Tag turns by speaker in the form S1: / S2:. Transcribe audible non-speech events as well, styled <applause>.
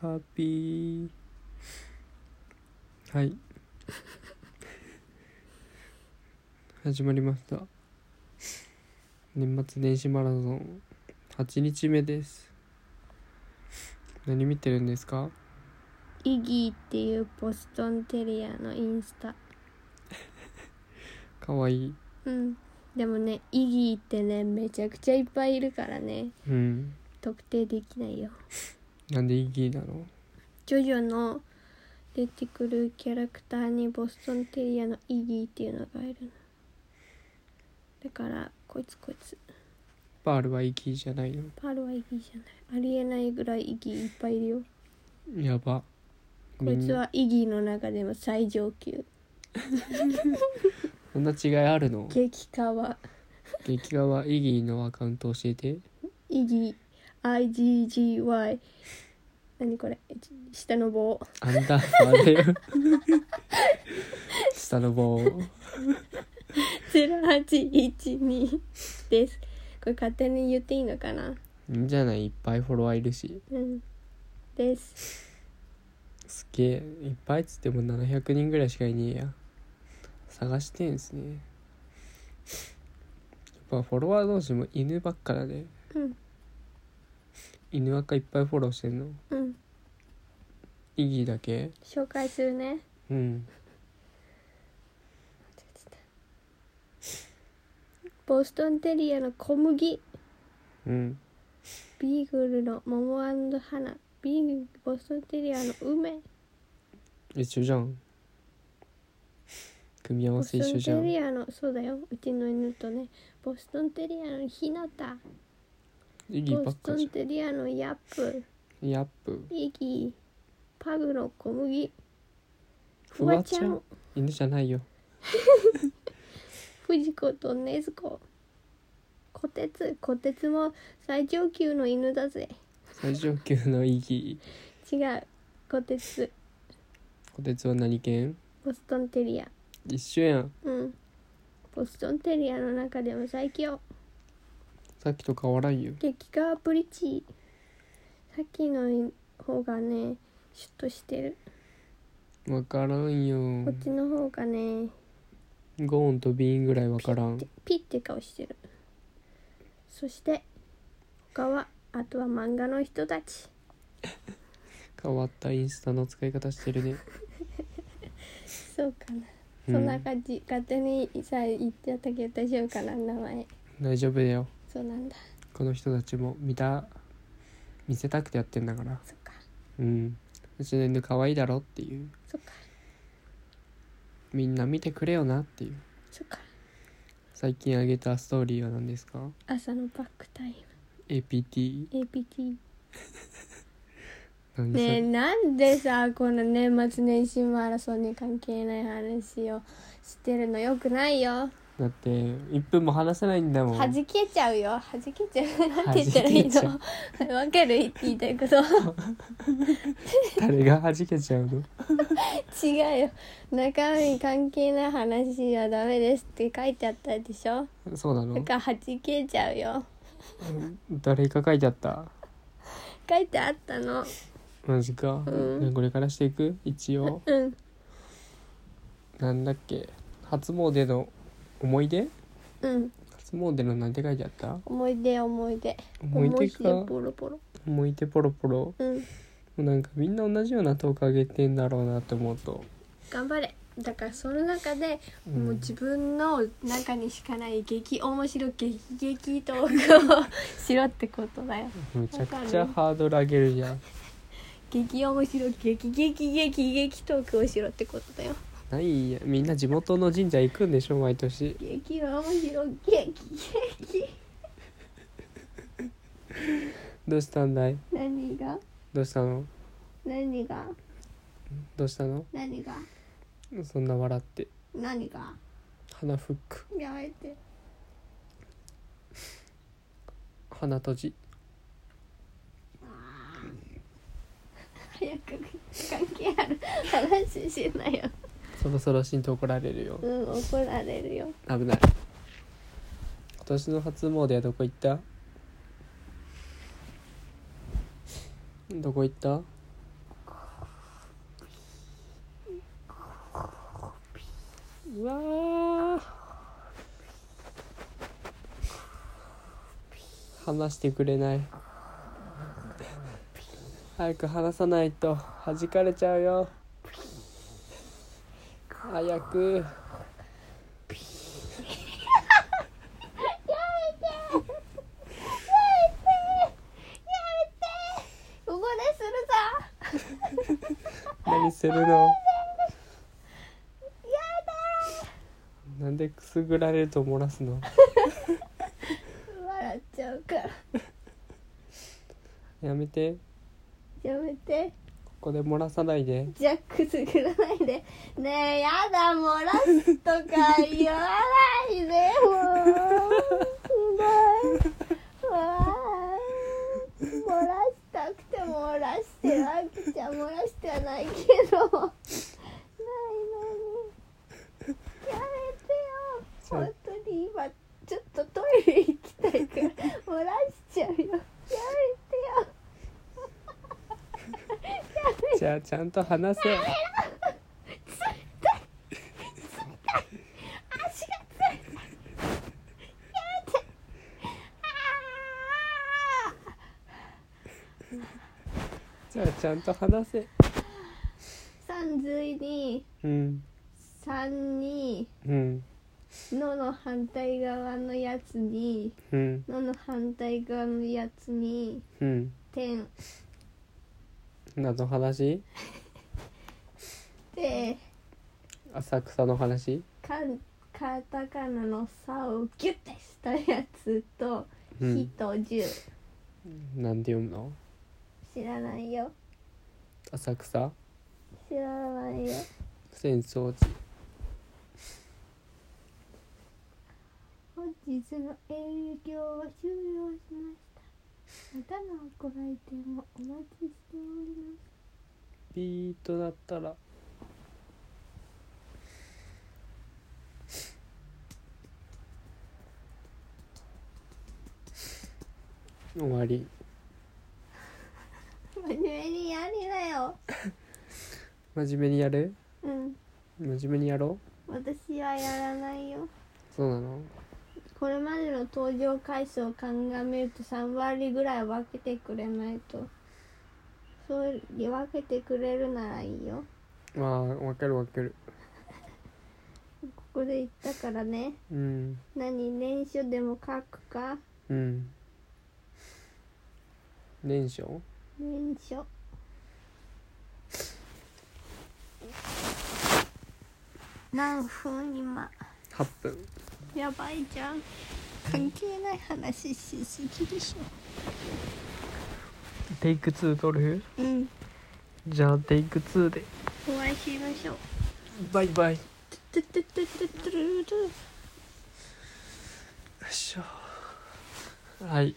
S1: ハッピーはい <laughs> 始まりました年末年始マラソン8日目です何見てるんですか
S2: イギーっていうボストンテリアのインスタ
S1: かわいい
S2: うんでもねイギーってねめちゃくちゃいっぱいいるからね
S1: うん
S2: 特定できないよ
S1: なんでイギーなの
S2: ジョジョの出てくるキャラクターにボストンテリアのイギーっていうのがいるのだからこいつこいつ
S1: パールはイギーじゃないの
S2: パールはイギーじゃないありえないぐらいイギーいっぱいいるよ
S1: やば
S2: こい
S1: みん
S2: つ
S1: な
S2: はイギーの中でも最上級
S1: そんな違いあるの
S2: 激カワ
S1: 激川はイギーのアカウント教えて
S2: イギー IGGY 何これち下の棒
S1: アンダーバーだ
S2: <laughs>
S1: よ下の棒
S2: 0812ですこれ勝手に言っていいのかない
S1: いんじゃないいっぱいフォロワーいるし
S2: うんです
S1: すげえいっぱいっつっても700人ぐらいしかいねえや探してんすねやっぱフォロワー同士も犬ばっかだね
S2: うん
S1: 犬赤いっぱいフォローしてんの
S2: うん
S1: イギーだけ
S2: 紹介するね
S1: うん
S2: ボストンテリアの小麦
S1: うん
S2: ビーグルの桃花ビーグルボストンテリアの梅
S1: 一緒じゃん組み合
S2: ボ
S1: わ
S2: ス
S1: せ
S2: ト
S1: 一緒
S2: ン
S1: じゃ
S2: テ
S1: ん
S2: リアのそうだようちの犬とねボストンテリアのひなた
S1: イギー
S2: ボ
S1: ば
S2: ス
S1: っ
S2: ト
S1: か
S2: ン
S1: じ
S2: テリアのヤップ
S1: ゃんやっぷ
S2: イギーパグの小麦
S1: フワちゃん犬じゃないよ
S2: 藤子と禰豆子こてつこてつも最上級の犬だぜ
S1: 最上級のイギ
S2: 違うこてつ
S1: ーこてつは何犬
S2: ボストンテリア
S1: 一緒やん
S2: うんボストンテリアの中でも最強
S1: さっきと変わらんよ
S2: 激川プリチーさっきの方がねシュッとしてる
S1: わからん
S2: こ
S1: よ
S2: っちの方がね
S1: ゴーンとビーンぐらいわからん
S2: ピッて顔してるそして他はあとは漫画の人たち
S1: 変わったインスタの使い方してるね
S2: そうかな <laughs> そんな感じ、勝手にさ言っちゃったけど大丈夫かな名前
S1: 大丈夫だよ
S2: そうなんだ
S1: この人たちも見た見せたくてやってんだから
S2: そっか
S1: うんうちの犬可愛いだろっていう
S2: そっか
S1: みんな見てくれよなっていう
S2: そっか
S1: 最近あげたストーリーは何ですか
S2: 朝のバックタイ
S1: APT
S2: ム APT
S1: 何
S2: ねえ
S1: それ
S2: なんでさこの年末年始マラソンに関係ない話をしてるのよくないよ
S1: だって1分も話せないんだもん
S2: はじけちゃうよはじけちゃうなんて言ったらいい
S1: 弾けちゃ
S2: のわかる言いたいこと
S1: 誰がはじけちゃうの
S2: 違うよ中身関係ない話はダメですって書いてあったでしょ
S1: そうな
S2: だ
S1: の
S2: からはじけちゃうよ
S1: 誰か書いてあった
S2: 書いてあったの
S1: マジか、
S2: うん
S1: これからしていく一応
S2: うん
S1: なんだっけ初詣の思い出
S2: うん
S1: 初詣のなんて書いてあった
S2: 思い出思い出
S1: 思い出か
S2: ポロポロ
S1: 思い出ポロポロも
S2: うん
S1: うなんかみんな同じようなトークあげてんだろうなって思うと
S2: 頑張れだからその中で、もう自分の中にしかない激面白激激トークをしろってことだよ
S1: むちゃくちゃハードル上げるじゃん
S2: 激面白激激激激トークをしろってことだよ
S1: ないやみんな地元の神社行くんでしょ毎年
S2: 激面白激激
S1: どうしたんだい
S2: 何が
S1: どうしたの
S2: 何が
S1: どうしたの
S2: 何が
S1: そんな笑って
S2: 何が
S1: 鼻フック
S2: やめて
S1: 鼻閉じ
S2: 早く関係ある話しなよ
S1: そろそろ浸透怒られるよ
S2: うん怒られるよ
S1: 危ない今年の初詣はどこ行ったどこ行ったうわー話してくれない早く話さないと弾かれちゃうよ早く
S2: ここでするぞ
S1: 何するのなんでくすぐられると漏らすの
S2: 笑っちゃうから
S1: やめて
S2: やめて
S1: ここで漏らさないで
S2: じゃあくすぐらないでねえやだ漏らすとか言わないでもうすごいわあ漏らしたくても漏らしてるあきちゃん漏らしてはないけどないのにやめてよ本当に今ちょっとトイレ行きたいから漏らしちゃうよやめてよ
S1: じゃあちゃんと話せ
S2: 足がついやだあー
S1: じゃあちゃんと話せ
S2: 三髄に
S1: うん
S2: 三に
S1: うん
S2: のの反対側のやつに
S1: うん
S2: のの反対側のやつに
S1: うん
S2: 点
S1: 何の話
S2: で
S1: 浅草の話
S2: かんカタカナの「さ」をギュッてしたやつと「
S1: うん
S2: ひ」と「じゅう
S1: なんて読むの」
S2: 知らないよ
S1: 浅草
S2: 知らないよ
S1: 戦争地
S2: 本日の営業は終了しましたまたのご来店もお待ちしております
S1: ビーとなったら終わり
S2: 真面目にやりなよ
S1: 真面目にやる
S2: うん
S1: 真面目にやろ
S2: 私はやらないよ
S1: うそうなの
S2: これまでの登場回数を鑑みると3割ぐらい分けてくれないとそう分けてくれるならいいよ
S1: まあわかるわかる
S2: ここで言ったからね
S1: うん
S2: 何年書でも書くか
S1: うん年少
S2: 年書何分今
S1: 8分
S2: やばいじゃん関係ない話しすぎでし
S1: テイク2撮る
S2: ょうん
S1: じゃあテイク2で
S2: お会いしましょう
S1: バイバイよ
S2: トゥトゥトゥトゥトゥルルル
S1: いしょはい